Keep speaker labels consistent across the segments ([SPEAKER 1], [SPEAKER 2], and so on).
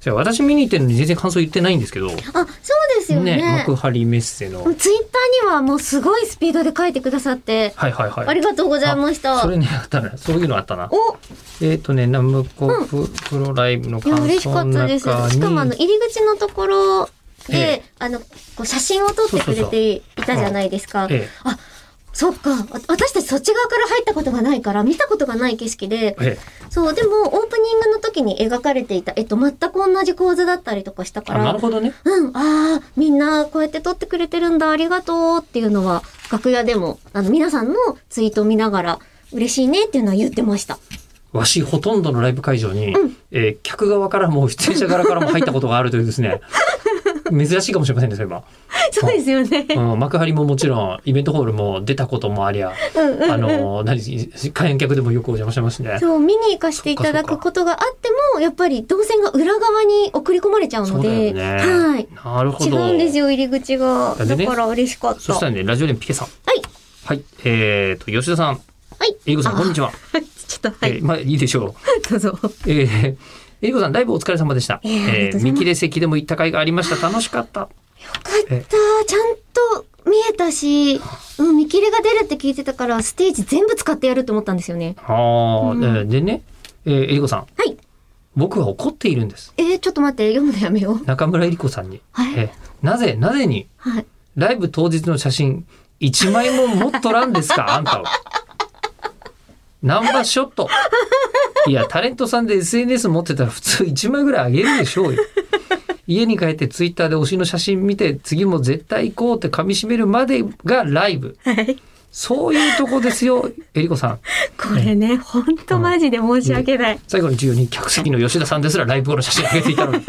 [SPEAKER 1] じゃあ私見に行ってるのに全然感想言ってないんですけど、ね、
[SPEAKER 2] あ、そうですよね。
[SPEAKER 1] 幕張メッセの。
[SPEAKER 2] ツイッターにはもうすごいスピードで書いてくださって、
[SPEAKER 1] はいはいはい。
[SPEAKER 2] ありがとうございました。
[SPEAKER 1] それね、あったな。そういうのあったな。
[SPEAKER 2] お、
[SPEAKER 1] えっ、とね、ナムコププロライブの
[SPEAKER 2] いや
[SPEAKER 1] 感
[SPEAKER 2] 嬉し
[SPEAKER 1] 想
[SPEAKER 2] か
[SPEAKER 1] の
[SPEAKER 2] った
[SPEAKER 1] 中に、
[SPEAKER 2] です。しかもあの入り口のところ
[SPEAKER 1] え
[SPEAKER 2] で、あのこう写真を撮ってくれていたじゃないですか。
[SPEAKER 1] え
[SPEAKER 2] あ、そっか。わ私たちそっち側から入ったことがないから見たことがない景色で、
[SPEAKER 1] ええ
[SPEAKER 2] そうでもオープニングの時に描かれていたえっと全く同じ構図だったりとかしたか
[SPEAKER 1] あなる
[SPEAKER 2] ら。
[SPEAKER 1] ほどね。
[SPEAKER 2] うん、ああ、みんなこうやって撮ってくれてるんだ、ありがとうっていうのは、楽屋でも、あの、皆さんのツイートを見ながら、嬉しいねっていうのは言って ました。
[SPEAKER 1] わし、ほとんどのライブ会場に、
[SPEAKER 2] うん
[SPEAKER 1] えー客側からも出演者側からも入ったことがあるという ですね、珍しいかもしれませんね、そういえば。
[SPEAKER 2] そうですよね。
[SPEAKER 1] うん、幕張ももちろん、イベントホールも出たこともありゃ、
[SPEAKER 2] うんうん、うん。
[SPEAKER 1] あのー、何、観客でもよくお邪魔してますね。
[SPEAKER 2] そう、見に行かせていただくことがあっても、やっぱり動線が裏側に送り込まれちゃう
[SPEAKER 1] そ
[SPEAKER 2] の
[SPEAKER 1] うだ
[SPEAKER 2] で、
[SPEAKER 1] よね。
[SPEAKER 2] はい。
[SPEAKER 1] なるほ
[SPEAKER 2] 違
[SPEAKER 1] ど。
[SPEAKER 2] うんですよ、入り口が。
[SPEAKER 1] でね
[SPEAKER 2] だから嬉しかった。
[SPEAKER 1] そしたらね、ラジオネームピケさん。
[SPEAKER 2] はい。
[SPEAKER 1] はい。えーと、吉田さん、
[SPEAKER 2] はい。
[SPEAKER 1] えいこさん、
[SPEAKER 2] あ
[SPEAKER 1] こんにちは。
[SPEAKER 2] ちょっと、は
[SPEAKER 1] え
[SPEAKER 2] い、
[SPEAKER 1] ーまあ、いいでしょう。
[SPEAKER 2] どうぞ。
[SPEAKER 1] えー、えりこさん、ライブお疲れ様でした。
[SPEAKER 2] えーありがとうございます
[SPEAKER 1] 見切れ席でも行った甲斐がありました。楽しかった。
[SPEAKER 2] よかった。ちゃんと見えたし、うん、見切れが出るって聞いてたから、ステージ全部使ってやると思ったんですよね。
[SPEAKER 1] ああ、
[SPEAKER 2] うん
[SPEAKER 1] えーでね、えー、えりこさん、
[SPEAKER 2] はい。
[SPEAKER 1] 僕は怒っているんです。
[SPEAKER 2] えー、ちょっと待って、読むのやめよう。
[SPEAKER 1] 中村えりこさんに。
[SPEAKER 2] はい
[SPEAKER 1] えーなぜ、なぜに、
[SPEAKER 2] はい。
[SPEAKER 1] ライブ当日の写真、一枚も持っとらんですか、あんたは。ナンバーショット。いや、タレントさんで SNS 持ってたら普通一枚ぐらいあげるでしょうよ。家に帰ってツイッターで推しの写真見て、次も絶対行こうって噛み締めるまでがライブ。
[SPEAKER 2] はい。
[SPEAKER 1] そういうとこですよ、えりこさん。
[SPEAKER 2] これね、ほんとマジで申し訳ない。
[SPEAKER 1] 最後の授業に客席の吉田さんですらライブ後の写真上げていたのに。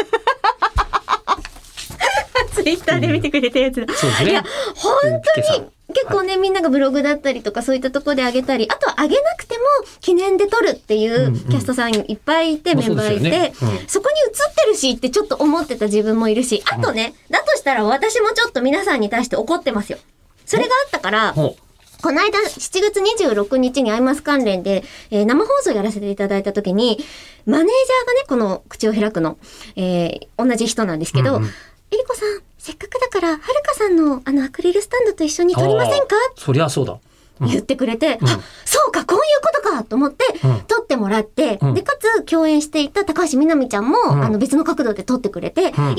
[SPEAKER 2] ツイッターで見てくれたやつだ。
[SPEAKER 1] そうです
[SPEAKER 2] い
[SPEAKER 1] ね
[SPEAKER 2] や。、本
[SPEAKER 1] ピケさ
[SPEAKER 2] 当
[SPEAKER 1] ん
[SPEAKER 2] に結構ね、みんながブログだったりとかそういったところであげたり、あとはあげなくても記念で撮るってい
[SPEAKER 1] ん
[SPEAKER 2] う
[SPEAKER 1] うん
[SPEAKER 2] キャストさんいっぱいいて、
[SPEAKER 1] まあ
[SPEAKER 2] メンバーい
[SPEAKER 1] そうで
[SPEAKER 2] て
[SPEAKER 1] すよねうん、
[SPEAKER 2] そこに写ってるしってちょっと思ってた自分もいるし、あとね、だとしたら私もちょっと皆さんに対して怒ってますよ。それがあったから、
[SPEAKER 1] ほ
[SPEAKER 2] この間、7月26日にアイマス関連で、えー生放送やらせていただいた時に、マネージャーがね、この口を開くの、えー同じ人なんですけど、
[SPEAKER 1] うんうん
[SPEAKER 2] えりこさん、せっかくだから、はるかさんのあのアクリルスタンドと一緒に
[SPEAKER 1] う。
[SPEAKER 2] 撮りませんか
[SPEAKER 1] あーそりゃそうだ。うん
[SPEAKER 2] 言ってくれて、
[SPEAKER 1] うん
[SPEAKER 2] あ、そうか、こういうことかと思って、
[SPEAKER 1] うん
[SPEAKER 2] 撮ってもらって、
[SPEAKER 1] うん
[SPEAKER 2] で、かつ共演していた高橋みなみちゃんも、
[SPEAKER 1] ん
[SPEAKER 2] あの別の角度で撮ってくれて、やったー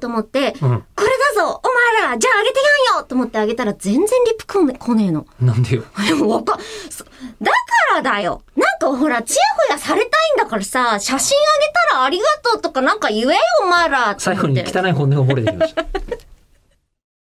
[SPEAKER 2] と思って、
[SPEAKER 1] うん。
[SPEAKER 2] これだぞお前らじゃああげてやんよと思ってあげたら全然リップこねこねえの。
[SPEAKER 1] なんでよ。
[SPEAKER 2] でもわか、そだからだよ。なんかほら、チヤホヤされたいんだからさ、写真あげたらありがとうとかなんか言えよ、お前らって
[SPEAKER 1] 最
[SPEAKER 2] 思
[SPEAKER 1] 後
[SPEAKER 2] っ
[SPEAKER 1] に
[SPEAKER 2] て。
[SPEAKER 1] 汚い本音が漏れてきました。